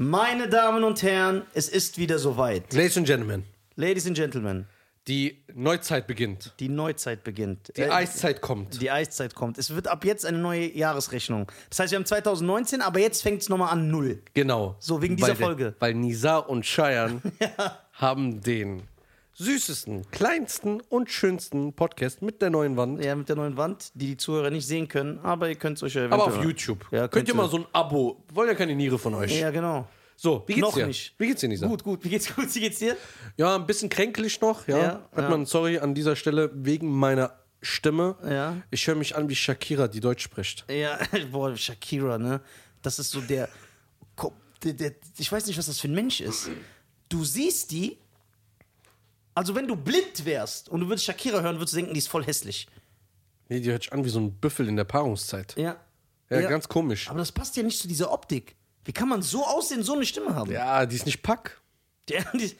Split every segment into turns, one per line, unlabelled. Meine Damen und Herren, es ist wieder soweit.
Ladies and Gentlemen,
Ladies and Gentlemen,
die Neuzeit beginnt.
die Neuzeit beginnt. Äh,
Die Eiszeit kommt.
die Eiszeit kommt. Es wird ab jetzt eine neue Jahresrechnung. Das heißt, wir haben 2019, aber jetzt fängt es nochmal an Null.
genau.
So, wegen dieser
weil der-
Folge.
Weil Nisa und Cheyenne haben den süßesten, kleinsten und schönsten Podcast mit der neuen Wand.
Ja, mit der neuen Wand, die die Zuhörer nicht sehen können, aber ihr könnt es euch ja
Aber
eventuell-
auf YouTube.
Ja,
Könnt ihr mal so ein Abo. Wollen ja keine Niere von euch.
Ja, genau.
So, wie geht's
Noch
dir?
nicht.
Wie geht's dir, Nisa?
Gut, gut. Wie geht's, gut? Wie geht's dir?
Ja, ein bisschen kränklich noch, ja.
Ja,
Hat
ja.
man, sorry, an dieser Stelle wegen meiner Stimme.
Ja.
Ich höre mich an wie Shakira, die Deutsch spricht.
Ja, boah, Shakira, ne? Das ist so der, Ko- der, der. Ich weiß nicht, was das für ein Mensch ist. Du siehst die. Also, wenn du blind wärst und du würdest Shakira hören, würdest du denken, die ist voll hässlich.
Nee, die hört sich an wie so ein Büffel in der Paarungszeit.
Ja.
Ja, ganz komisch.
Aber das passt ja nicht zu dieser Optik. Wie kann man so aussehen, so eine Stimme haben?
Ja, die ist nicht Pack.
Der, die,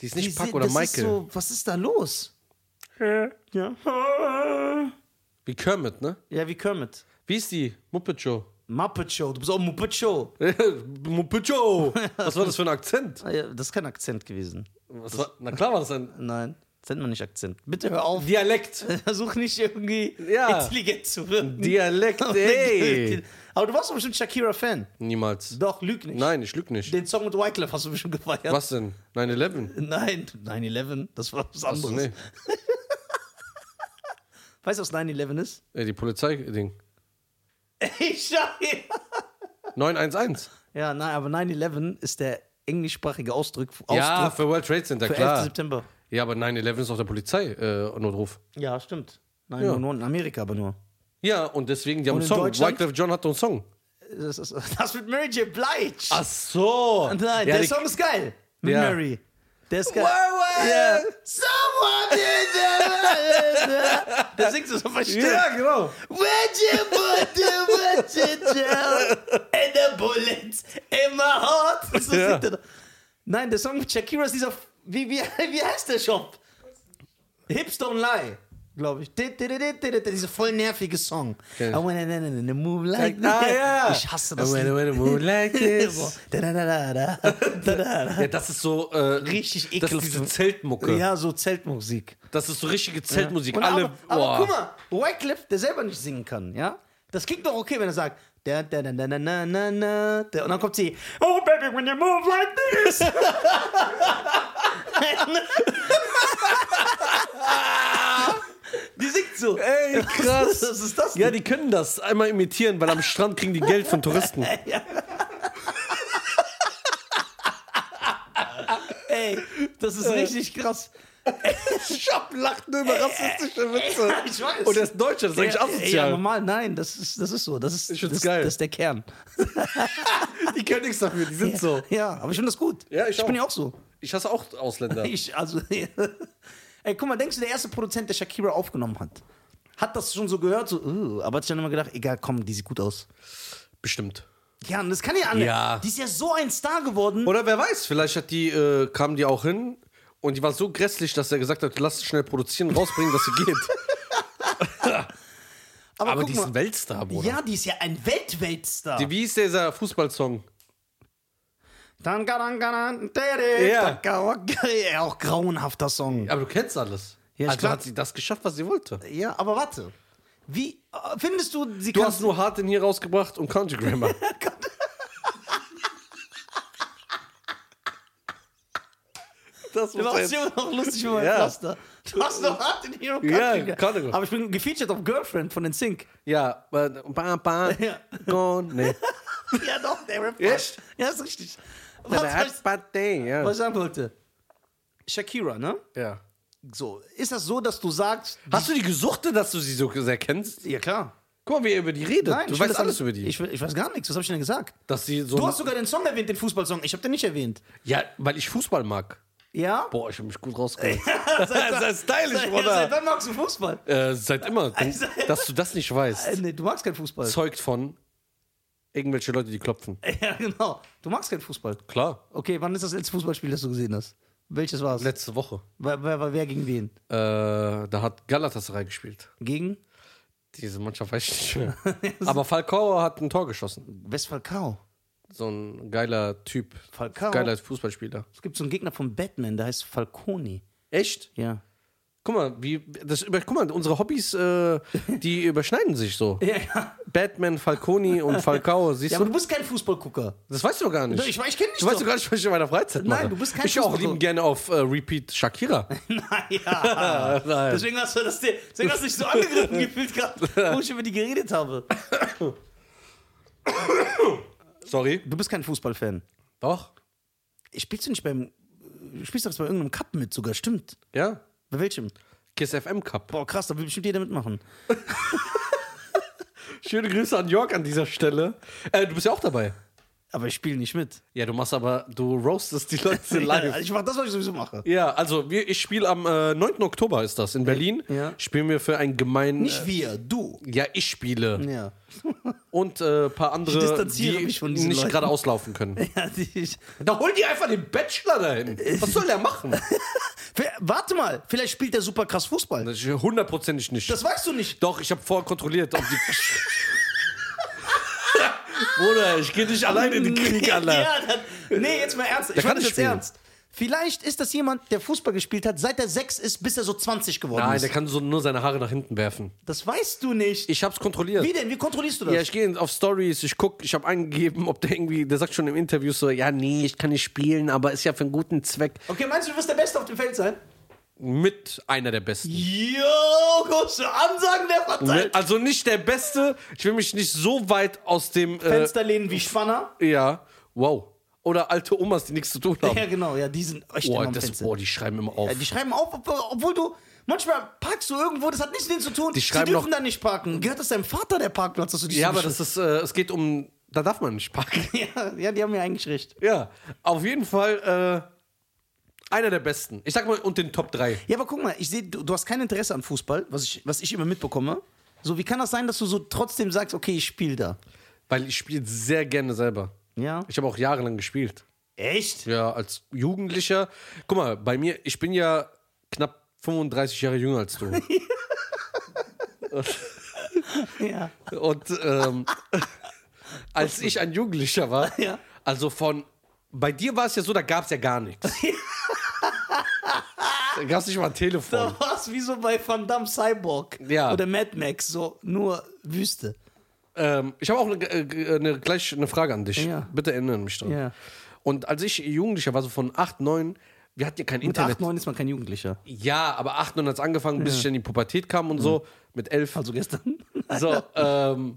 Die ist
die
nicht Pack
se-
oder
das
Michael.
Ist so, was ist da los? Ja.
Wie Kermit, ne?
Ja, wie Kermit.
Wie ist die? Muppet Show.
Muppet Show. Du bist auch Muppet Show.
Muppet Show! Was war das für ein Akzent?
Ah, ja, Das ist kein Akzent gewesen.
Was war, na klar war das ein
Nein, das nennt man nicht Akzent. Bitte hör auf.
Dialekt.
Versuch nicht irgendwie
Ja.
intelligent zu wirken.
Dialekt, ey.
Aber du warst doch bestimmt Shakira-Fan.
Niemals.
Doch, lüg nicht.
Nein, ich lüg nicht.
Den Song mit Wyclef hast du bestimmt gefeiert.
Was denn? 9-11?
Nein, 9-11, das war was
Achso,
anderes.
nee.
Weißt du, was 9-11 ist?
Ey, die Polizei-Ding.
Ich scheiße.
911.
Ja, nein, aber 9-11 ist der englischsprachige Ausdruck, Ausdruck
Ja, für World Trade Center,
für 11.
klar.
September.
Ja, aber 9-11 ist auch der Polizei äh, Notruf.
Ja, stimmt. Nein, nur- nur in Amerika, aber nur.
Ja, und deswegen, die haben
Und
einen
in
Song.
Deutschland?
Wyclef John hat doch einen Song.
Das, ist, das mit Mary J. Blige.
Ach so.
Nein,
ja,
der
die-
Song ist geil. Mit
Ja.
Mary. Der ist geil.
Wow, wow.
Ja. Someone did that. Der singt so verstört.
Ja, genau.
Where'd you put the wretched child and the bullets in my heart? So
Ja.
singt er da. Nein, der Song mit Shakira ist dieser. Wie, wie, wie heißt der Shop? Hips Don't Lie, glaube ich. Di- di- di- di- di- di- di- Dieser voll nervige Song.
Kenn
I
ich.
wanna na- na- na- na- move like
Ah,
that.
ja. Oh,
Ich hasse das.
I wanna-
Lied.
wanna move like this.
So. Da- da- da- da- da. Da- da- da.
Ja, das ist so äh,
Richtig
Das ist
ekelhaft.
diese Zeltmucke.
Ja, so Zeltmusik.
Das ist so richtige Zeltmusik.
Und
Alle.
aber, aber guck
boah.
mal, Wycliffe, der selber nicht singen kann, ja? Das klingt doch okay, wenn er sagt. Da, da, da, da, da, na, na, na, da. Und dann kommt sie. Oh, baby, when you move like this. die singt so.
Ey, krass.
Was ist das?
Ja, die können das einmal imitieren, weil am Strand kriegen die Geld von Touristen.
Ey, das
Äh.
ist richtig krass.
Schopp lacht nur über rassistische Witze.
Ich weiß.
Und er ist Deutscher, das ist eigentlich
ja, ja,
asozial.
normal, nein, das ist, das ist so. Das ist,
Ich find's
das,
geil.
das ist der Kern.
die können nichts dafür, die sind so.
Ja, aber ich finde das gut.
Ja, ich
bin
auch.
ja auch so.
Ich hasse auch Ausländer.
Ich, also, ey, guck mal, denkst du, der erste Produzent, der Shakira aufgenommen hat, hat das schon so gehört, so, uh, aber hat sich dann immer gedacht, egal, komm, die sieht gut aus.
Bestimmt.
Ja, und das kann ja alle.
Ja.
Die ist ja so ein Star geworden.
Oder wer weiß, vielleicht hat die, äh, kam die auch hin und die war so grässlich, dass er gesagt hat, lass es schnell produzieren und rausbringen, dass sie geht.
aber
Aber
guck
die ist
mal,
ein Weltstar, Bruder.
ja, die ist ja ein Weltweltstar.
Die, wie ist dieser Fußballsong? Ja.
Ja. Ey, auch grauenhafter Song.
Aber du kennst alles.
Ja, ich
also
glaub-
hat sie das geschafft, was sie wollte.
Ja, aber warte. Wie äh, findest du, sie
Du
kann-
hast nur hart in hier rausgebracht und Country Grammar. das
Du machst
muss
dich
jetzt.
immer noch lustig über mein
Ja.
Pflaster. Du hast doch hart in Hero
Ja,
Country.
Country.
Aber ich bin gefeatured auf Girlfriend von den Sync.
Ja, aber- ba, ba,
Ja.
gone, nee.
ja, doch, der Rap.
Echt?
Ja, ist richtig. Was, was,
Birthday, ja.
was ich sagen wollte. Shakira, ne?
ja.
So, ist das so, dass du sagst.
Hast du die gesuchtet, dass du sie so sehr kennst?
Ja, klar.
Guck mal, wie er über die redet. du
ich will
weißt
das
alles
alles-
über die.
Ich, will- ich weiß gar nichts. Was habe ich denn gesagt?
dass sie so
Du hast sogar den Song erwähnt, den Fußballsong. Ich habe den nicht erwähnt.
ja, weil ich Fußball mag.
Ja?
Boah, ich habe mich gut rausgeholt. das ist
Seit-
stylisch,
Seit
Bruder.
wann magst du Fußball?
Äh, seit immer.
Also-
dass du das nicht weißt.
Äh, nee, du magst keinen Fußball.
zeugt von irgendwelche Leute, die klopfen.
Ja, genau. Du magst keinen Fußball.
Klar.
Okay, wann ist das letzte Fußballspiel, das du gesehen hast? Welches war es?
Letzte Woche.
Wer, wer, wer- wer gegen wen?
Äh, da hat Galatasaray gespielt.
Gegen
Diese Mannschaft weiß ich nicht mehr. Aber Falcao hat ein Tor geschossen.
Westfalkau.
so ein geiler Typ.
Falcao.
Geiler Fußballspieler.
Es gibt so einen Gegner von Batman, der heißt Falconi.
Echt?
Ja.
Guck mal, wie, das über, guck mal, unsere Hobbys, äh, die überschneiden sich so.
Ja, ja.
Batman, Falconi und Falcao, siehst
Ja,
du?
aber du bist kein Fußballgucker.
Das weißt du doch gar nicht.
Ich- ich kenn dich
Du weißt
doch.
doch gar nicht, was ich in meiner Freizeit
Nein,
mache.
du bist kein
Ich höre auch
Fußball-
lieben gerne auf äh, Repeat Shakira.
Naja.
Nein.
Deswegen hast du das, deswegen hast du dich so angegriffen gefühlt gerade, wo ich über die geredet habe.
Sorry.
Du bist kein Fußballfan.
Doch.
Spielst du nicht beim. äh, Spielst du das bei irgendeinem Cup mit sogar, stimmt.
Ja.
Bei welchem?
Kiss FM Cup.
Boah, krass, da will bestimmt jeder mitmachen.
Schöne Grüße an Jörg an dieser Stelle. Äh, du bist ja auch dabei.
Aber ich spiele nicht mit.
Ja, du machst aber, du roastest die Leute
Ja,
live.
also ich mache das, was ich sowieso mache.
Ja, also wir, ich spiele am äh, 9. Oktober ist das in Berlin.
Ja.
Spielen wir für einen gemeinen.
Nicht wir, du.
ja, ich spiele.
Ja.
Und äh, ein paar andere,
distanziere
die
mich von diesen
nicht
Leuten.
gerade auslaufen können.
ja die, ich,
Da hol dir einfach den Bachelor dahin. Was soll der machen?
Wer- warte mal, vielleicht spielt der super krass Fußball.
Das ist Hundertprozentig nicht.
Das weißt du nicht.
Doch, ich habe vorher kontrolliert, ob die. Bruder, ich gehe nicht alleine in den Krieg, Alter.
Ja, dann, nee, jetzt mal ernst. Ich
kann
meine das
nicht
jetzt
spielen.
ernst. Vielleicht ist das jemand, der Fußball gespielt hat, seit er sechs ist, bis er so 20 geworden
Nein, der
ist.
kann so nur seine Haare nach hinten werfen.
Das weißt du nicht.
Ich hab's kontrolliert.
Wie denn? Wie kontrollierst du das?
Ja, ich gehe auf Stories, ich guck, ich habe angegeben, ob der irgendwie, der sagt schon im Interview so, ja, nee, ich kann nicht spielen, aber ist ja für einen guten Zweck.
okay, meinst du, du wirst der Beste auf dem Feld sein?
Mit einer der Besten.
Jo, große Ansagen der Partei.
Also nicht der Beste, ich will mich nicht so weit aus dem, äh,
Fenster lehnen wie Spanner.
ja, wow. Oder alte Omas, die nichts zu tun haben.
Ja, genau, ja, die sind echt immer
Boah,
am
Oh, das,
Fenster.
boah, die schreiben immer auf.
Ja, die schreiben auf, ob- obwohl du. Manchmal parkst du irgendwo, das hat nichts mit denen zu tun. Die
schreiben
Sie dürfen
noch-
da nicht parken. Gehört das deinem Vater, der Parkplatz, dass du dich
ja,
so
aber das ist, äh, es geht um, da darf man nicht parken.
beschwer- ja, ja, die haben ja eigentlich recht.
Ja, auf jeden Fall, äh, einer der Besten. Ich sag mal, und den Top 3.
Ja, aber guck mal, ich sehe, du, du hast kein Interesse an Fußball, was ich, was ich immer mitbekomme. So, wie kann das sein, dass du so trotzdem sagst, okay, ich spiele da?
Weil ich spiele sehr gerne selber.
Ja.
Ich habe auch jahrelang gespielt.
Echt?
Ja, als Jugendlicher. Guck mal, bei mir, ich bin ja knapp 35 Jahre jünger als du.
Ja.
Und ähm, als ich ein Jugendlicher war,
Ja.
also von, bei dir war es ja so, da gab es ja gar nichts. da gab es nicht mal ein Telefon.
Da war es wie so Also bei Van Damme Cyborg
Ja.
oder Mad Max, so nur Wüste.
Ähm, ich habe auch eine, äh, eine, gleich eine Frage an dich.
Ja.
Bitte erinnere mich dran.
Ja.
Und als ich Jugendlicher war, so von 8, 9, wir hatten ja kein
Mit
Internet.
8, 9 ist man kein Jugendlicher.
Ja, aber 8, 9 hat es angefangen, bis ich dann in die Pubertät kam und
Mhm.
so. Mit 11.
Also gestern.
So, ähm,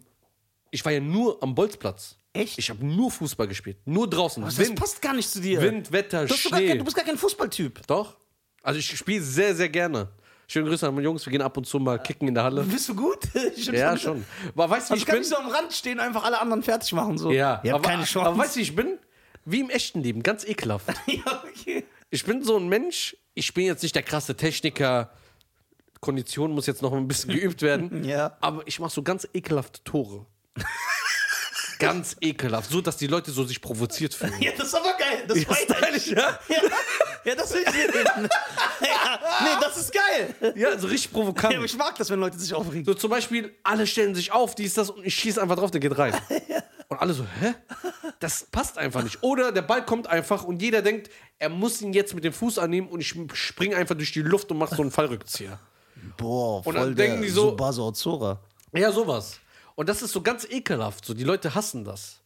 ich war ja nur am Bolzplatz.
Echt?
Ich habe nur Fußball gespielt. Nur draußen.
Das
Wind,
passt gar nicht zu dir.
Wind, Wetter,
du, hast sogar
Schnee.
kein, du bist gar kein Fußballtyp.
Doch. Also ich spiele sehr, sehr gerne. Schönen Grüße an meine Jungs. Wir gehen ab und zu mal kicken in der Halle.
Bist du gut? Ich
Ja, schon. Aber weißt du, wie
Also
ich
kann
bin?
nicht so am Rand stehen, einfach alle anderen fertig machen. So.
ja,
Ihr habt
aber,
keine Chance.
aber weißt du, wie ich bin? Wie im echten Leben. Ganz ekelhaft.
ja, okay.
Ich bin so ein Mensch. Ich bin jetzt nicht der krasse Techniker. Kondition muss jetzt noch ein bisschen geübt werden.
Ja.
Aber ich mache so ganz ekelhafte Tore. ganz ekelhaft. So, dass die Leute so sich provoziert fühlen.
ja, das ist aber geil. Das war
stylisch, ja?
Ja, ja das will ich sehen. ja, nee, das ist geil.
Ja, so richtig
Ja, aber
provokant.
ich mag das, wenn Leute sich aufregen.
So zum Beispiel, alle stellen sich auf, dies, das und ich schieße einfach drauf, der geht rein. Und alle so, hä? Das passt einfach nicht. Oder der Ball kommt einfach und jeder denkt, er muss ihn jetzt mit dem Fuß annehmen und ich springe einfach durch die Luft und mache so einen Fallrückzieher.
Boah, voll
dann denken die so-
Subaso Zora.
Ja, sowas. Und das ist so ganz ekelhaft. So, die Leute hassen das.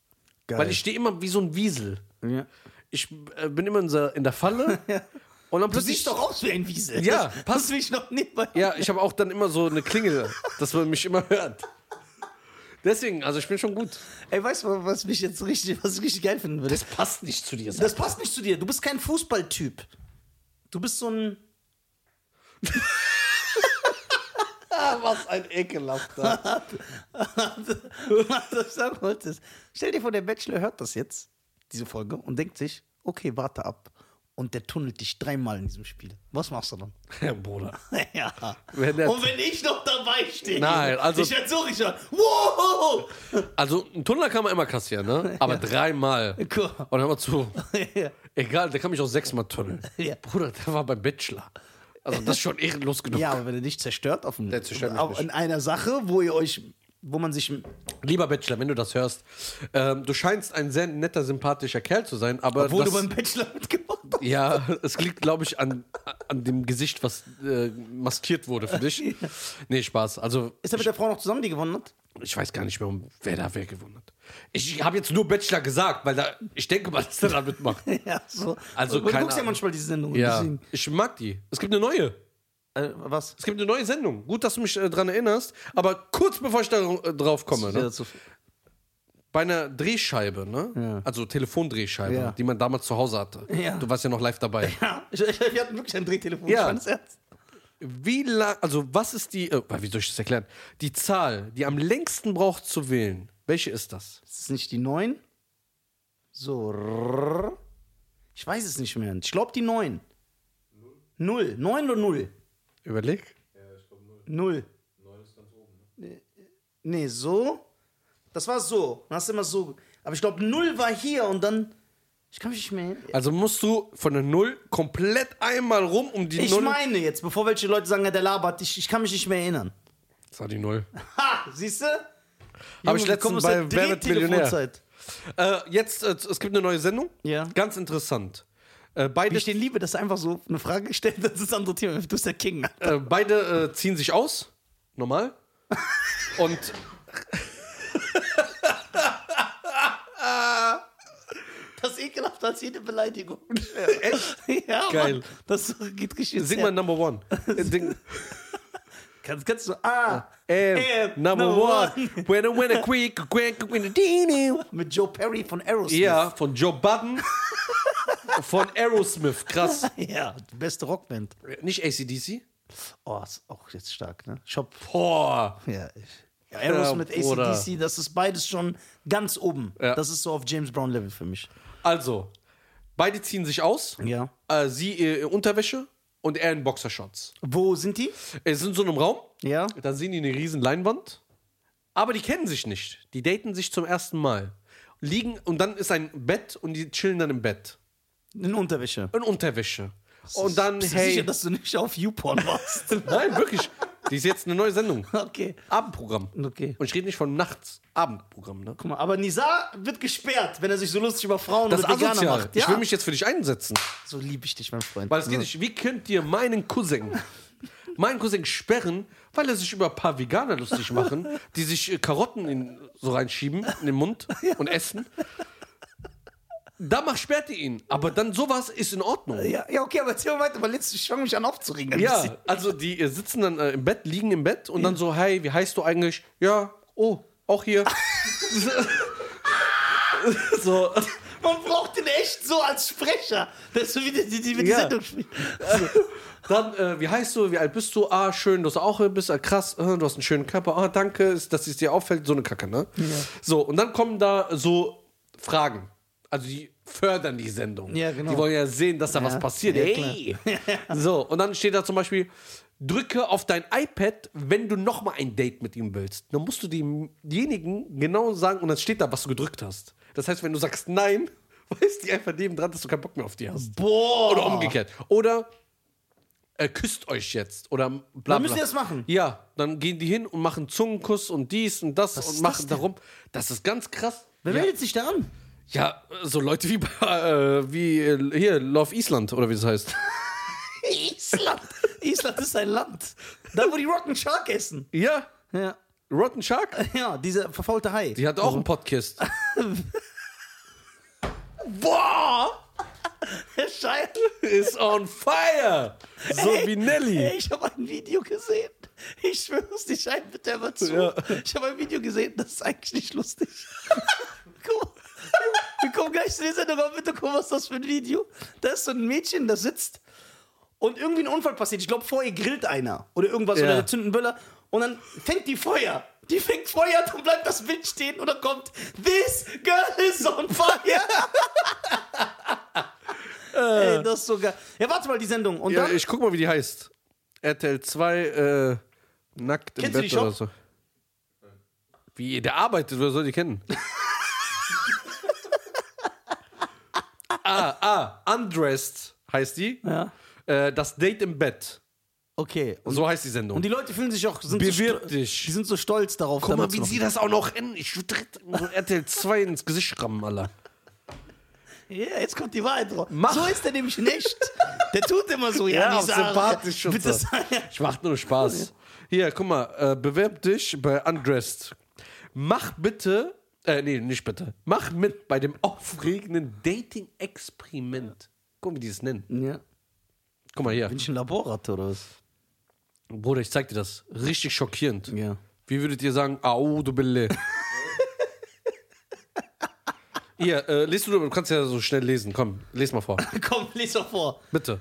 Geil.
Weil ich stehe immer wie so ein Wiesel.
ja.
Ich äh, bin immer in der, in der Falle. Und dann
Du
plötzlich.
siehst doch aus wie ein Wiesel.
Ja,
das,
passt.
Das will ich noch nicht mal.
Ja, ich habe auch dann immer so eine Klingel, dass man mich immer hört. Deswegen, also ich bin schon gut.
Ey, weißt du, was mich jetzt richtig, was ich richtig geil finden würde?
Das passt nicht zu dir. Sag.
Das passt nicht zu dir. Du bist kein Fußballtyp. Du bist so ein. Ah,
was ein ekelhafter.
was ich sagen wollte, ist, stell dir vor, der Bachelor hört das jetzt, diese Folge, und denkt sich, okay, warte ab. Und der tunnelt dich dreimal in diesem Spiel. Was machst du dann?
Herr Bruder.
ja.
Wenn der-
und wenn ich noch dabei stehe.
Nein, also-
Ich werd so richtig. Wow!
Also einen Tunnel kann man immer kassieren, ne? Aber dreimal.
Cool.
Und hör mal zu.
ja.
Egal, der kann mich auch sechsmal tunneln.
Ja.
Bruder, der war beim Bachelor. Also das ist schon ehrenlos genug.
ja, aber wenn er dich zerstört auf dem.
zerstört mich
auf-
nicht.
in einer Sache, wo ihr euch wo man sich.
Lieber Bachelor, wenn du das hörst, ähm, du scheinst ein sehr netter, sympathischer Kerl zu sein, aber
Obwohl
das,
du beim Bachelor mitgemacht hast.
ja, es liegt, glaube ich, an, an dem Gesicht, was äh, maskiert wurde für dich. Nee, Spaß. Also
Ist er mit der Frau noch zusammen, die gewonnen hat?
ich weiß gar nicht mehr, um wer da wer gewonnen hat. Ich habe jetzt nur Bachelor gesagt, weil da, ich denke mal, dass der da mitmacht.
Ja, so.
Also,
du
keine
guckst ja
Ahnung.
manchmal diese Sendung.
Ja,
deswegen.
ich mag die. Es gibt eine neue.
Äh, was?
Es gibt eine neue Sendung. Gut, dass du mich äh, daran erinnerst. Aber kurz bevor ich da äh, drauf komme, ne?
Ja, zu-
bei einer Drehscheibe, ne? Also Telefondrehscheibe,
Ja.
die man damals zu Hause hatte.
Ja.
Du warst ja noch live dabei.
Ja, ich, ich, wir hatten wirklich ein Drehtelefon.
Ja.
Ich fand es ernst.
Wie lang, also was ist die, äh, wie soll ich das erklären? Die Zahl, die am längsten braucht zu wählen, welche ist das?
Ist es nicht die 9? So. rrrr. Ich weiß es nicht mehr. Ich glaube die 9. 0. 9 oder 0?
Überleg.
0. 9 ist ganz oben. ne? Nee, so. Das war so. Dann hast du immer so. Aber ich glaube, 0 war hier und dann. Ich kann mich nicht mehr.
Also musst du von der Null komplett einmal rum um die
Ich
Null.
meine jetzt, bevor welche Leute sagen, ja, der labert, ich, ich kann mich nicht mehr erinnern.
das war die Null.
Ha! Siehst du?
Habe ich letztens bei Wer wird Millionär.
Millionär?
Äh, jetzt, äh, es gibt eine neue Sendung.
Ja.
Ganz interessant. Äh, beide
Wie ich den liebe, dass einfach so eine Frage gestellt wird, das ist das andere Thema. Du bist der King.
äh, beide äh, ziehen sich aus. Normal. Und.
Das ist ekelhafter als jede Beleidigung. Echt? Ja,
Äh, Geil.
Mann. Das geht richtig. ins
Sing mal
Herz.
Number One. Äh, Sing,
Kannst, kannst du. Ah!
äh, number One. When I win a quick, quick, win a dee
Mit Joe Perry von Aerosmith.
Ja, von Joe Budden. von Aerosmith. Krass.
Ja, die beste Rockband.
Nicht ACDC.
Oh, ist auch jetzt stark, ne? Shop.
Boah.
Ja, ich. Ja, Aerosmith,
Ja, Bruder.
ACDC, das ist beides schon ganz oben.
Ja.
Das ist so auf James Brown Level für mich.
Also, beide ziehen sich aus.
Ja.
Äh, sie äh, Unterwäsche und er in Boxershorts.
Wo sind die?
Es sind so in einem Raum.
Ja.
Dann sehen die eine riesen Leinwand. Aber die kennen sich nicht. Die daten sich zum ersten Mal. Liegen und dann ist ein Bett und die chillen dann im Bett.
In Unterwäsche.
In Unterwäsche. Und dann,
Bist du
hey.
sicher, dass du nicht auf YouPorn warst?
Nein, wirklich. Die ist jetzt eine neue Sendung.
okay.
Abendprogramm.
Okay.
Und ich rede nicht von nachts. Abendprogramm, ne?
Guck mal, aber Nizar wird gesperrt, wenn er sich so lustig über Frauen
Das ist
mit Veganer
asozial.
macht.
Ich will mich jetzt für dich einsetzen.
so liebe ich dich, mein Freund.
Weil es geht nicht. Wie könnt ihr meinen Cousin, meinen Cousin sperren, weil er sich über ein paar Veganer lustig machen, die sich äh, Karotten in, so reinschieben in den Mund und essen? Da macht sperrt ihr ihn. Aber dann sowas ist in Ordnung.
Ja, ja, okay, aber erzähl mal weiter, weil jetzt ich fange mich an aufzuregen. ein bisschen.
Ja, also die äh, sitzen dann äh, im Bett, liegen im Bett und dann so, hey, wie heißt du eigentlich? Ja, oh, auch hier. so,
Man braucht den echt so als Sprecher, dass du wieder die, die, die
Ja.
Sendung spielst.
Dann, äh, wie heißt du, wie alt bist du? Ah, schön, dass du auch hier bist. Ah, krass, ah, du hast einen schönen Körper. Ah, danke, ist- dass es dir auffällt. So eine Kacke, ne? So, und dann kommen da so Fragen. Also die fördern die Sendung.
Ja, genau.
Die wollen ja sehen, dass da was passiert.
ja,
hey! so, und dann steht da zum Beispiel, drücke auf dein iPad, wenn du nochmal ein Date mit ihm willst. Dann musst du demjenigen genau sagen, und dann steht da, was du gedrückt hast. Das heißt, wenn du sagst Nein, weiß die einfach neben dran, dass du keinen Bock mehr auf die hast.
Boah.
Oder umgekehrt. Oder äh, küsst euch jetzt. Oder bla bla.
müsst ihr das machen.
Ja, dann gehen die hin und machen Zungenkuss und dies und das
ist
und machen
das denn?
darum. Das ist ganz krass.
Wer
ja.
meldet sich da an?
ja, so Leute wie, bei, äh, wie äh, hier, Love Island oder wie es das heißt.
Island. Island ist ein Land. Da, wo die Rotten Shark essen.
ja,
Ja.
Rotten Shark.
Ja, dieser verfaulte Hai.
Die hat auch einen Podcast.
Boah! Der Scheiß.
Ist on fire. So wie Nelly.
Ey, ich habe ein Video gesehen. Ich schwör's dich ein, bitte hör mal zu.
Ja.
Ich habe ein Video gesehen, das ist eigentlich nicht lustig. guck, mal. wir kommen gleich zu der Sendung, aber bitte guck, was ist das für ein Video? Da ist so ein Mädchen, das sitzt und irgendwie ein Unfall passiert. Ich glaube, vor ihr grillt einer oder irgendwas
Ja.
oder der zündet einen Böller und dann fängt die Feuer. Die fängt Feuer, dann bleibt das Bild stehen und dann kommt This girl is on fire. Ey, das ist so geil. Ja, warte mal, die Sendung. Und
Ja,
dann
ich guck mal, wie die heißt. RTL 2, äh, nackt im
Kennst du
Bett
die
oder
Shop?
so. Wie, der arbeitet, wer soll die kennen? ah, ah, Undressed heißt die.
Ja.
Äh, das Date im Bett.
Okay. Und,
So heißt die Sendung.
und die Leute fühlen sich auch. Sind
Bewirb
so, stol-
dich.
Die sind so stolz darauf.
Guck mal,
damit
wie
zu
sie das auch noch in. Ich tritt RTL 2 ins Gesicht rammen, Alter.
Ja, jetzt kommt die Wahrheit drauf. So ist er nämlich nicht. Der tut immer so, ja,
Ja,
die
auch
Sache.
sympathisch schon.
Bitte
so.
sag-
Ich mach nur Spaß. Hier, guck mal, äh, bewerb dich bei Undressed. Mach bitte, äh, nee, nicht bitte. Mach mit bei dem aufregenden Dating-Experiment. Guck, wie die es nennen.
Ja.
Guck mal hier.
Bin ich ein Laborratte oder was?
Bruder, ich zeig dir das. Richtig schockierend.
Ja.
Wie würdet ihr sagen, au, du Bille? hier, äh, lest du, du kannst ja so schnell lesen. Komm, lese mal vor.
Komm, lies doch vor.
Bitte.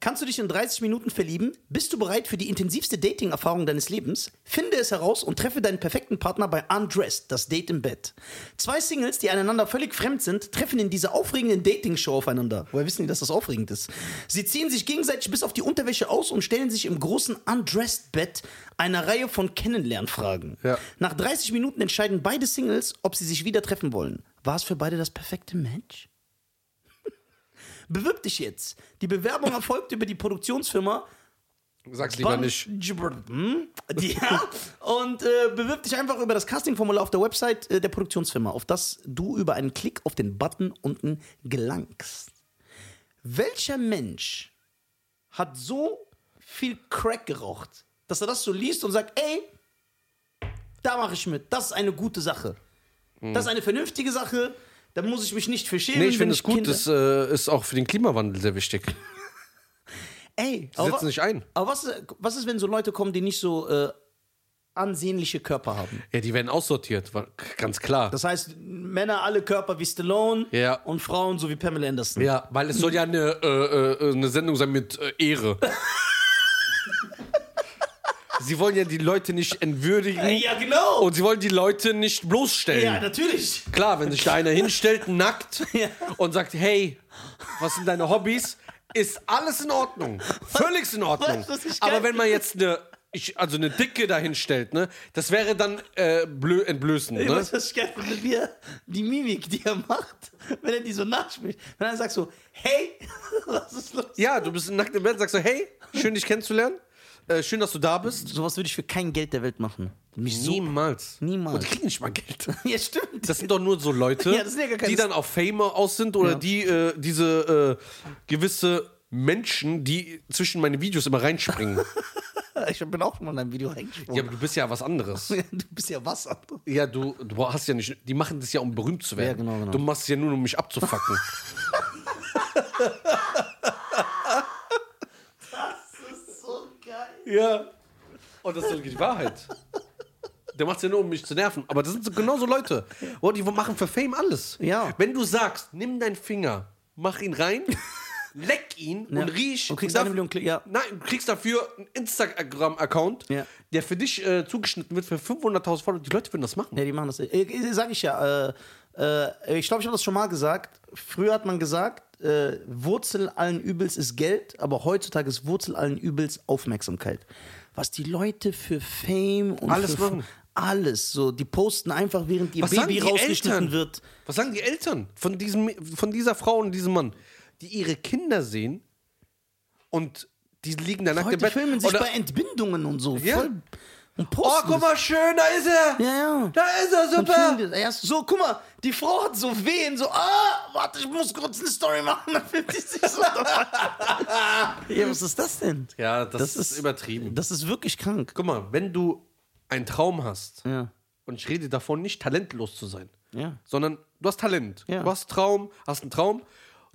Kannst du dich in 30 Minuten verlieben? Bist du bereit für die intensivste Dating-Erfahrung deines Lebens? Finde es heraus und treffe deinen perfekten Partner bei Undressed, das Date im Bett. Zwei Singles, die einander völlig fremd sind, treffen in dieser aufregenden Dating-Show aufeinander. Woher wissen die, dass das aufregend ist? Sie ziehen sich gegenseitig bis auf die Unterwäsche aus und stellen sich im großen Undressed-Bett eine Reihe von Kennenlernfragen.
Ja.
Nach 30 Minuten entscheiden beide Singles, ob sie sich wieder treffen wollen. War es für beide das perfekte Match? Bewirb dich jetzt. Die Bewerbung erfolgt über die Produktionsfirma
Sag's lieber
Ban-
nicht.
Jibber- hm? Die, ja. Und äh, bewirb dich einfach über das Castingformular auf der Website äh, der Produktionsfirma, auf das du über einen Klick auf den Button unten gelangst. Welcher Mensch hat so viel Crack geraucht, dass er das so liest und sagt, ey, da mache ich mit, das ist eine gute Sache. Das ist eine vernünftige Sache, da muss ich mich nicht für schämen.
Hm. Nee, ich
wenn
finde es gut.
Kinder-
Das äh, ist auch für den Klimawandel sehr wichtig.
Ey,
Die
aber wa-
setzen sich ein.
Aber was, was ist, wenn so Leute kommen, die nicht so äh, ansehnliche Körper haben?
Ja, die werden aussortiert, wa- ganz klar.
Das heißt, Männer alle Körper wie Stallone
Ja.
und Frauen so wie Pamela Anderson.
ja, weil es soll ja eine, äh, äh, eine Sendung sein mit äh, Ehre. sie wollen ja die Leute nicht entwürdigen
Ja, genau.
und Ne? sie wollen die Leute nicht
ja,
bloßstellen.
natürlich.
klar, wenn sich da einer hinstellt, nackt
Ja.
und sagt, hey, was sind deine Hobbys? Ist alles in Ordnung. Völlig in Ordnung.
Weißt du, was ich geil
Aber wenn man jetzt eine, ich, also eine Dicke dahin stellt, ne, das wäre dann äh, blö, entblößend.
Ich
Ne?
weiß, was ich Genau, geil finde, wie er, die Mimik, die er macht, wenn er die so nachspricht. Wenn er sagt so, hey, was ist los?
Ja, du bist nackt im Bett, sagst so, hey, schön dich kennenzulernen. Äh, schön, dass du da bist.
Sowas würde ich für kein Geld der Welt machen. Mich so.
Niemals.
Niemals.
Und die kriegen nicht mal Geld.
Ja, stimmt.
Das sind doch nur so Leute,
Ja, das sind ja gar keine-
die dann auf Fame aus sind oder
Ja.
die äh, diese äh, gewisse Menschen, die zwischen meine Videos immer reinspringen.
Ich bin auch schon mal in einem Video reingesprungen.
ja, aber du bist ja was anderes.
Du bist ja was anderes.
Ja, du, du hast ja nicht. Die machen das ja, um berühmt zu werden.
Ja, genau, genau.
Du machst es ja nur, um mich abzufacken.
Das ist so geil.
ja. Und Oh, das ist doch die Wahrheit. Der macht es ja nur, um mich zu nerven. Aber das sind so genauso Leute. Oh, die machen für Fame alles.
Ja.
Wenn du sagst, nimm deinen Finger, mach ihn rein, leck ihn und riech.
Du kriegst
und
eine Million Klicks, ja.
Nein, du kriegst dafür einen Instagram-Account,
Ja.
der für dich äh, zugeschnitten wird für 500.000 Follower. Die Leute würden das machen.
Ja, die machen das. Äh, äh, Sag ich ja. Äh, äh, ich glaube, ich habe das schon mal gesagt. Früher hat man gesagt, äh, Wurzel allen Übels ist Geld, aber heutzutage ist Wurzel allen Übels Aufmerksamkeit. Was die Leute für Fame und
Alles
für,
machen.
Alles so. Die posten einfach, während ihr
Was sagen
Baby
die
rausgeschnitten
Eltern?
wird.
Was sagen die Eltern von, diesem, von dieser Frau und diesem Mann, die ihre Kinder sehen und die liegen da nackt im
Heute
Bett?
filmen sich
oder,
bei Entbindungen und so.
Ja.
Voll, und
oh,
posten
guck mal, schön, da ist er!
Ja, ja.
Da ist er,
das. Und
super!
filmen das. Ja, so, guck mal, die Frau hat so Wehen, so, ah, warte, ich muss kurz eine Story machen, dann filmt sie sich so. ja, was ist das denn?
Ja, das,
Das
ist,
ist-
übertrieben.
Das ist wirklich krank.
Guck mal, wenn du einen Traum hast,
Ja.
und ich rede davon nicht, talentlos zu sein,
Ja.
sondern du hast Talent,
Ja.
du hast Traum, hast einen Traum,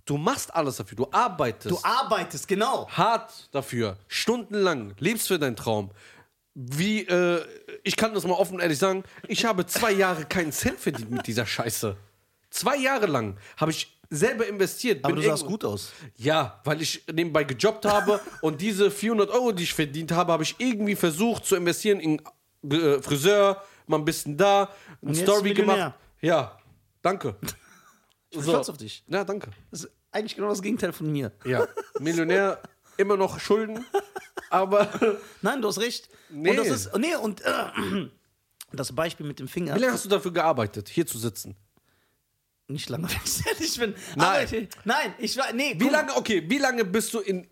du machst alles dafür, du arbeitest.
Du arbeitest, genau.
hart dafür, stundenlang, lebst für deinen Traum. Wie, äh, ich kann das mal offen und ehrlich sagen, ich habe zwei Jahre keinen Cent verdient mit dieser Scheiße. Zwei Jahre lang habe ich selber investiert.
Aber
bin
du sahst
irgendwo-
gut aus.
Ja, weil ich nebenbei gejobbt habe und diese 400 Euro, die ich verdient habe, habe ich irgendwie versucht zu investieren in äh, Friseur, mal ein bisschen da, eine
jetzt
Story
Millionär.
gemacht. Ja, danke.
Ich bin
So.
stolz auf dich.
Ja, danke.
Das ist eigentlich genau das Gegenteil von mir.
Ja, Millionär, immer noch Schulden, aber
Nein, du hast recht.
Nee.
Und das ist, nee, und äh, das Beispiel mit dem Finger,
Wie lange hast du dafür gearbeitet, hier zu sitzen?
nicht lange, wenn ich ehrlich bin.
Nein.
Aber ich, nein, ich war, nee.
Wie lange, okay, wie lange bist du in,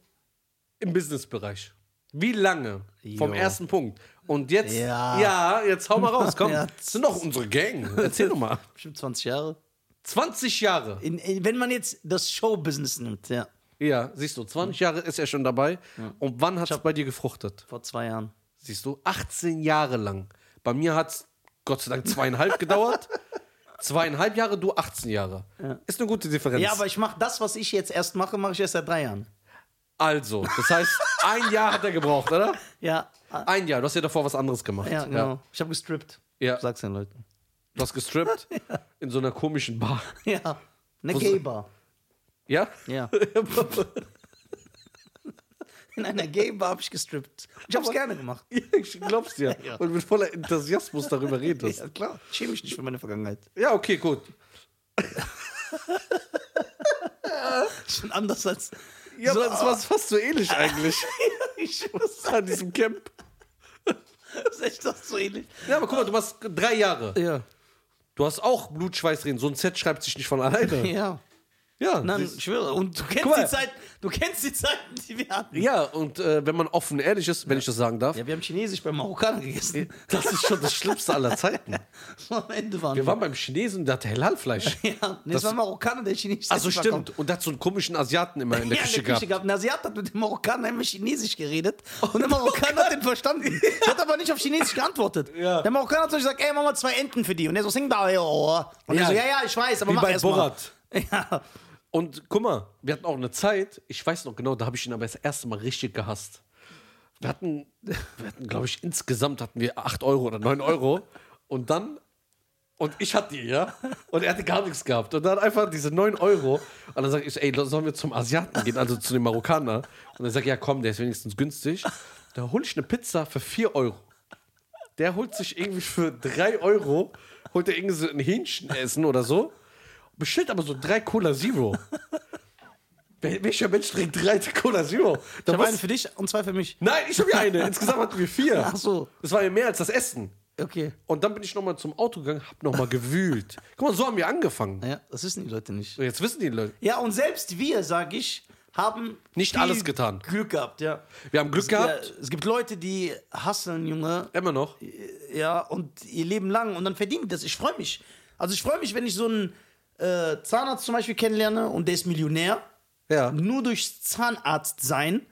im Businessbereich? Wie lange? Vom
Jo.
ersten Punkt. Und jetzt, ja,
Ja.
jetzt hau mal raus, komm.
Ja.
Das sind doch unsere Gang. Erzähl doch mal.
Bestimmt 20 Jahre.
20 Jahre.
In, in, wenn man jetzt das Showbusiness nimmt, ja.
Ja, siehst du, 20 Jahre ist er schon dabei. Und wann hat es bei dir gefruchtet?
Vor zwei Jahren.
Siehst du, 18 Jahre lang. Bei mir hat es Gott sei Dank zweieinhalb gedauert. Zweieinhalb Jahre, du 18 Jahre. Ist eine gute Differenz.
Ja, aber ich mache das, was ich jetzt erst mache, mache ich erst seit drei Jahren.
also, das heißt, ein Jahr hat er gebraucht, oder?
Ja, ah,
Ein Jahr. Du hast ja davor was anderes gemacht.
ja genau. Ich habe gestrippt.
Ja.
Sag's den Leuten.
Du hast gestrippt in so einer komischen Bar.
Ja. Eine
Wo so-
Gay-Bar.
Ja?
Ja. In einer Gay-Bar habe ich gestrippt. Und Ich habe es gerne gemacht.
ich glaub's dir.
Ja.
Und mit voller Enthusiasmus darüber redest.
Ja, klar. Ich Schäme mich nicht für meine Vergangenheit.
Ja, okay, gut.
Schon anders als.
Ja,
so,
aber das war fast so ähnlich eigentlich
ich muss
an diesem Camp.
das echt doch so ähnlich.
Ja, aber guck mal, du machst drei Jahre.
Ja.
Du hast auch Blutschweißreden. So ein Set schreibt sich nicht von alleine.
Ja.
Ja,
Nein,
siehst-
ich schwöre. Und du
Guck
kennst
mal.
die Zeit, du kennst die Zeiten, die wir hatten.
ja und äh, wenn man offen ehrlich ist, wenn ich das sagen darf,
Ja, wir haben Chinesisch beim Marokkaner gegessen.
das ist schon das Schlimmste aller Zeiten.
Am Ende waren
Wir waren beim Chinesen, der hatte Halal-Fleisch.
Ja, nee, das, war ein Marokkaner, der Chinesisch
Also
essen verkauft.
stimmt. Und der hat so einen komischen Asiaten immer in der
ja,
Küche
in der Küche
gehabt.
gehabt. Ein Asiat hat mit dem Marokkaner immer Chinesisch geredet und der Marokkaner hat den verstanden. Der hat aber nicht auf Chinesisch geantwortet.
Ja.
Der Marokkaner hat so gesagt, ey, mach mal zwei Enten für die. Und er so, sing da, ja. oh." Und
Ja.
er so, ja, ja, ich weiß, aber
Wie
mach
bei
erst mal.
Borat.
Ja.
Und guck mal, wir hatten auch eine Zeit, ich weiß noch genau, da habe ich ihn aber das erste Mal richtig gehasst. Wir hatten, wir hatten glaube ich, insgesamt hatten wir 8 Euro oder 9 Euro. Und dann, und ich hatte die, ja. Und er hatte gar nichts gehabt. Und dann einfach diese 9 Euro. Und dann sage ich, so, ey, sollen wir zum Asiaten gehen, also zu dem Marokkaner? Und er sagt, ja, komm, der ist wenigstens günstig. Da hole ich eine Pizza für 4 Euro. Der holt sich irgendwie für 3 Euro, holt er irgendwie so ein Hähnchen essen oder so. Bestellt aber so drei Cola Zero. Wel- Welcher Mensch trinkt drei Cola Zero? Da
Ich habe
muss-
einen für dich und zwei für mich.
Nein, ich habe ja eine. Insgesamt hatten wir vier.
Ach so.
Das war ja mehr als das Essen.
Okay.
Und dann bin ich nochmal zum Auto gegangen, hab nochmal gewühlt. Guck mal, so haben wir angefangen.
Ja, das wissen die Leute nicht.
So, Jetzt wissen die Leute.
Ja, und selbst wir, sag ich, haben
Nicht
viel
alles getan.
Glück gehabt, ja.
Wir haben Glück gehabt.
Ja, es gibt Leute, die hasseln, Junge,
Immer noch.
ja, und ihr Leben lang und dann verdienen die das. Ich freue mich. Also ich freue mich, wenn ich so einen äh, Zahnarzt zum Beispiel kennenlerne und der ist Millionär,
Ja.
nur durchs Zahnarzt sein.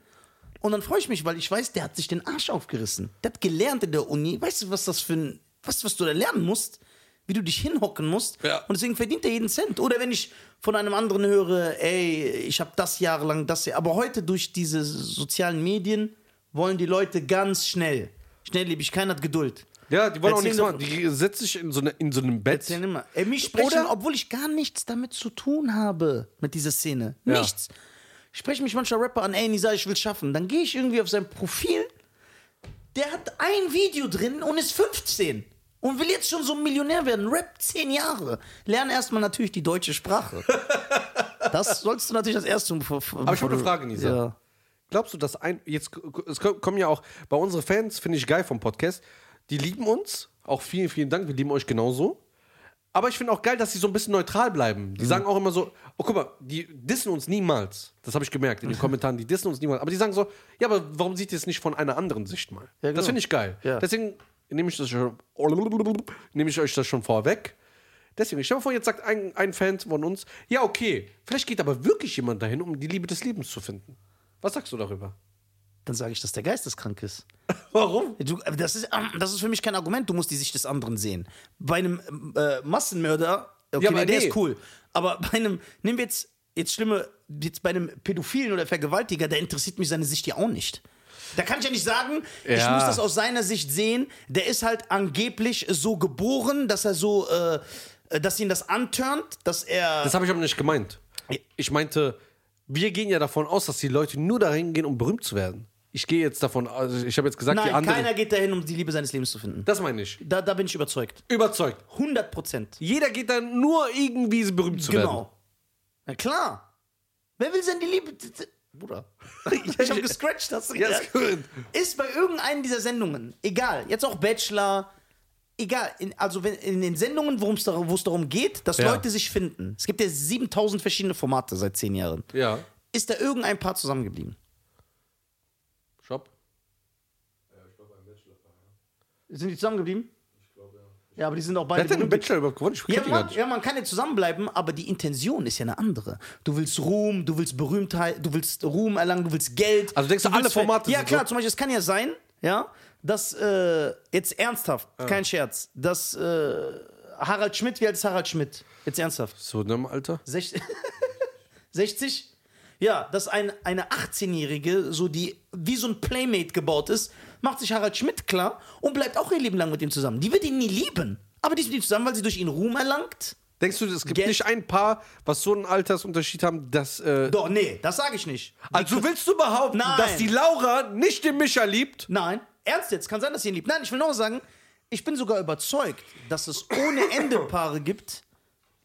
Und dann freue ich mich, weil ich weiß, der hat sich den Arsch aufgerissen. Der hat gelernt in der Uni. Weißt du, was das für ein, was, was du da lernen musst? Wie du dich hinhocken musst.
Ja.
Und deswegen verdient er jeden Cent. Oder wenn ich von einem anderen höre, ey, ich habe das jahrelang, das Jahr. Aber heute durch diese sozialen Medien wollen die Leute ganz schnell. Schnelllebig, keiner hat Geduld.
Ja, die wollen auch
Erzähl
nichts
doch-
machen. Die setzen sich in so, eine, in so einem Bett.
Erzähl immer. Ey, mich sprechen,
Oder-
obwohl ich gar nichts damit zu tun habe, mit dieser Szene.
Ja.
Nichts. Ich spreche mich manchmal Rapper an, ey, Nisa, ich will schaffen. Dann gehe ich irgendwie auf sein Profil, der hat ein Video drin und ist 15. Und will jetzt schon so ein Millionär werden. Rap 10 Jahre. Lern erstmal natürlich die deutsche Sprache. Das sollst du natürlich als erstes. Aber
Aber ich habe eine Frage, Nisa. Glaubst du, dass ein. Jetzt es ko- kommen ja auch. Bei unseren Fans finde ich geil vom Podcast. Die lieben uns. Auch vielen, vielen Dank. Wir lieben euch genauso. Aber ich finde auch geil, dass sie so ein bisschen neutral bleiben.
Mhm.
Die sagen auch immer so: Oh, guck mal, die dissen uns niemals. Das habe ich gemerkt in den Kommentaren. Die dissen uns niemals. Aber die sagen so: Ja, aber warum sieht ihr es nicht von einer anderen Sicht mal?
Ja, genau.
Das finde ich geil.
Ja.
Deswegen nehme ich, das schon- nehme ich euch das schon vorweg. Deswegen, stell dir mal vor, jetzt sagt ein, ein Fan von uns, ja, okay, vielleicht geht aber wirklich jemand dahin, um die Liebe des Lebens zu finden. Was sagst du darüber?
Dann sage ich, dass der geisteskrank ist.
Warum?
Du, aber das, ist, ähm, das ist für mich kein Argument, du musst die Sicht des anderen sehen. Bei einem ähm, äh, Massenmörder, okay,
Ja, aber
nee, der
nee.
ist cool. Aber bei einem, nehmen wir jetzt, jetzt schlimme, jetzt bei einem Pädophilen oder Vergewaltiger, der interessiert mich seine Sicht ja auch nicht. Da kann ich ja nicht sagen, ich
Ja.
muss das aus seiner Sicht sehen. Der ist halt angeblich so geboren, dass er so, äh, äh, dass ihn das antörnt, dass er.
Das habe ich aber nicht gemeint. Ich meinte, wir gehen ja davon aus, dass die Leute nur dahin gehen, um berühmt zu werden. Ich gehe jetzt davon aus, ich habe jetzt gesagt, die
nein,
anderen.
keiner geht dahin, um die Liebe seines Lebens zu finden.
Das meine ich.
Da, da bin ich überzeugt.
Überzeugt.
100 Prozent.
Jeder geht dann nur irgendwie berühmt zu werden.
Genau. Na klar. Wer will denn die Liebe? d- d- Bruder. Ich hab gescratcht, hast du
Ja,
gedacht?
ist gut.
Ist bei irgendeinem dieser Sendungen, egal, jetzt auch Bachelor, egal, in, also wenn, in den Sendungen, worum es dar- wo es darum geht, dass
Ja.
Leute sich finden. Es gibt ja 7000 verschiedene Formate seit 10 Jahren.
Ja.
Ist da irgendein Paar zusammengeblieben?
Shop.
Sind die zusammengeblieben? Ich glaube, ja. Ja, aber die sind auch beide.
Wer hat denn den
berühmt.
Bachelor überhaupt gewonnen? Ich
ja,
kenn ihn
man,
gar nicht.
ja, man kann ja zusammenbleiben, aber die Intention ist ja eine andere. Du willst Ruhm, du willst Berühmtheit, du willst Ruhm erlangen, du willst Geld.
Also denkst du, alle
willst-
Formate
Ja,
sind
klar,
so?
zum Beispiel, es kann ja sein, ja, dass, äh, jetzt ernsthaft,
Ah.
kein Scherz, dass äh, Harald Schmidt, wie alt ist Harald Schmidt? Jetzt ernsthaft.
So, ne, im Alter?
Sech- 60? Ja, dass ein, eine 18-Jährige so die wie so ein Playmate gebaut ist, macht sich Harald Schmidt klar und bleibt auch ihr Leben lang mit ihm zusammen. Die wird ihn nie lieben, aber die ist mit ihm zusammen, weil sie durch ihn Ruhm erlangt.
Denkst du, es gibt
Geld-
nicht ein Paar, was so einen Altersunterschied haben, dass. Äh,
Doch, nee, das sage ich nicht.
also willst du behaupten,
Nein.
dass die Laura nicht den Micha liebt?
Nein, ernst jetzt, kann sein, dass ihr ihn liebt. Nein, ich will noch sagen, ich bin sogar überzeugt, dass es ohne Ende Paare gibt,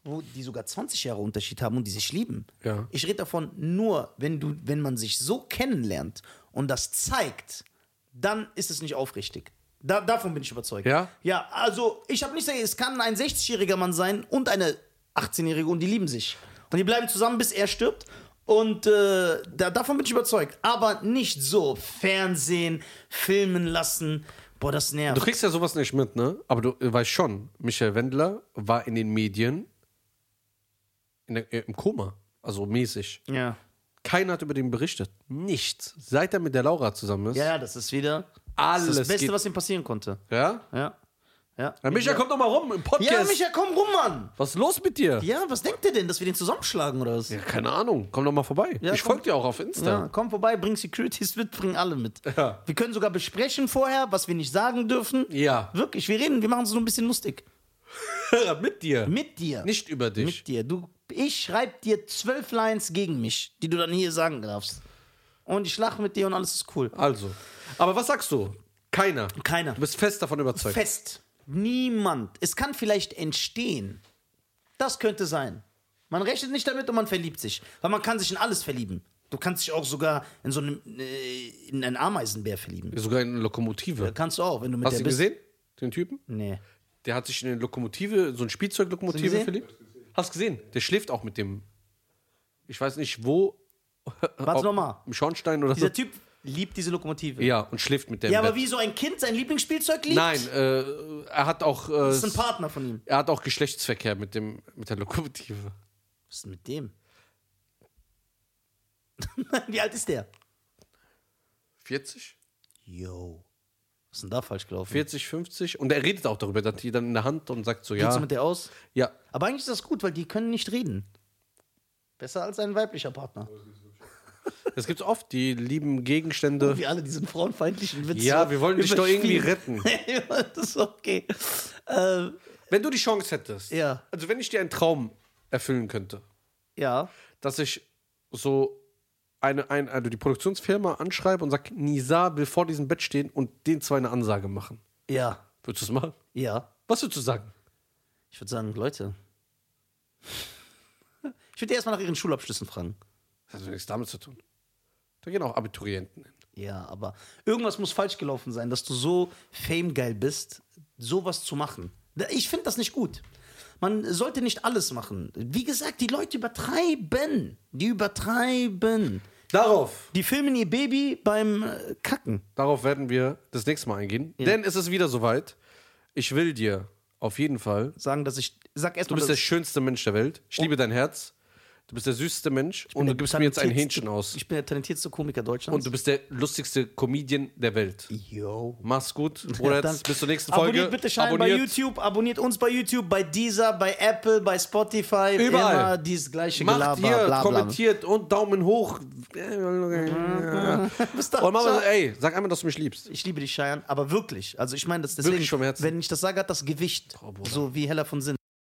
wo die sogar 20 Jahre Unterschied haben und die sich lieben.
Ja.
Ich rede davon nur, wenn, du, wenn man sich so kennenlernt und das zeigt, dann ist es nicht aufrichtig. Da, davon bin ich überzeugt.
Ja?
Ja, also ich habe nicht gesagt, es kann ein 60-jähriger Mann sein und eine 18-jährige und die lieben sich. Und die bleiben zusammen, bis er stirbt. Und äh, da, davon bin ich überzeugt. Aber nicht so Fernsehen, filmen lassen. Boah, das nervt.
Du kriegst ja sowas nicht mit, ne? Aber du äh, weißt schon, Michael Wendler war in den Medien in der, äh, im Koma. Also mäßig.
ja.
Keiner hat über den berichtet. Nichts. Seit er mit der Laura zusammen ist.
ja, ja, das ist wieder das, ist das
Alles
Beste,
geht-
was ihm passieren konnte.
Ja?
Ja. Ja,
Na, Micha, kommt doch mal rum im Podcast.
ja Micha, komm rum, Mann.
Was ist los mit dir?
Ja, was denkt ihr denn, dass wir den zusammenschlagen oder was?
Ja, keine Ahnung. Komm doch mal vorbei.
Ja,
ich
komm.
folge dir auch auf Insta.
Ja, komm vorbei, bring Securities mit, bring alle mit.
Ja.
Wir können sogar besprechen vorher, was wir nicht sagen dürfen.
Ja.
Wirklich, wir reden, wir machen es nur ein bisschen lustig.
mit dir.
Mit dir.
Nicht über dich.
Mit dir. Du, ich schreibe dir zwölf Lines gegen mich, die du dann hier sagen darfst. Und ich lache mit dir und alles ist cool.
Also. Aber was sagst du? Keiner.
Keiner.
Du bist fest davon überzeugt.
Fest. Niemand. Es kann vielleicht entstehen. Das könnte sein. Man rechnet nicht damit und man verliebt sich. Weil man kann sich in alles verlieben. Du kannst dich auch sogar in so einem, äh, in einen Ameisenbär verlieben.
Sogar in eine Lokomotive.
Kannst du auch, wenn du mit
Hast
der
du ihn
bist.
gesehen? Den Typen?
Nee.
Der hat sich in eine Lokomotive, so eine Spielzeuglokomotive
Hast du
verliebt. Hast du gesehen? Der schläft auch mit dem. Ich weiß nicht wo.
Warte nochmal.
Im Schornstein oder so.
Dieser Typ liebt diese Lokomotive. Ja,
Ja, und schläft mit dem.
aber wie so ein Kind sein Lieblingsspielzeug liebt?
Nein, äh, er hat auch. Äh,
Das ist ein Partner von ihm.
er hat auch Geschlechtsverkehr mit, dem, mit der Lokomotive.
Was ist denn mit dem? Wie alt ist der?
40?
Yo. Was ist denn da falsch gelaufen?
40, 50. Und er redet auch darüber, dass die dann in der Hand und sagt so,
Geht's
ja.
mit der aus?
ja.
Aber eigentlich ist das gut, weil die können nicht reden. Besser als ein weiblicher Partner.
Das gibt's oft, die lieben Gegenstände.
Wie alle diesen frauenfeindlichen Witz.
Ja,
so
wir wollen dich doch irgendwie
überspielen. ja, das ist okay. Ähm,
Wenn du die Chance hättest,
Ja.
also wenn ich dir einen Traum erfüllen könnte,
ja.
dass ich so eine, ein, also die Produktionsfirma anschreibe und sage, Nisa will vor diesem Bett stehen und den zwei eine Ansage machen.
Ja.
Würdest du es machen?
Ja.
Was würdest du sagen?
Ich würde sagen, Leute. Ich würde erstmal nach ihren Schulabschlüssen fragen.
Das hat nichts damit zu tun. Da gehen auch Abiturienten hin.
Ja, aber irgendwas muss falsch gelaufen sein, dass du so famegeil bist, sowas zu machen. Ich finde das nicht gut. Man sollte nicht alles machen. Wie gesagt, die Leute übertreiben. Die übertreiben.
Darauf.
Die filmen ihr Baby beim äh, Kacken.
Darauf werden wir das nächste Mal eingehen. Denn es ist wieder soweit. Ich will dir auf jeden Fall.
Sagen, dass ich. Sag
Du
erstmal,
bist der schönste Mensch der Welt. Ich liebe dein Herz. Du bist der süßeste Mensch. Und du gibst mir jetzt ein Hähnchen aus.
Ich bin der talentierteste Komiker
Und
Deutschlands.
du bist der lustigste Comedian der Welt.
Yo.
Mach's gut, Bruder.
Ja,
bis zur nächsten Folge.
Abonniert bitte Schein bei YouTube, abonniert uns bei YouTube, bei Deezer, bei Apple, bei Spotify.
Überall.
Immer dieses gleiche
Macht
Gelaber.
hier,
bla, bla, bla.
kommentiert und Daumen hoch. und
Bis dann.
mach
Ciao.
mal, ey, sag einmal, dass du mich liebst.
Ich liebe dich, Cheyenne, aber wirklich. Also ich meine das deswegen.
Wirklich vom Herzen.
Wenn ich das sage, hat das Gewicht. so wie Heller von Sinn.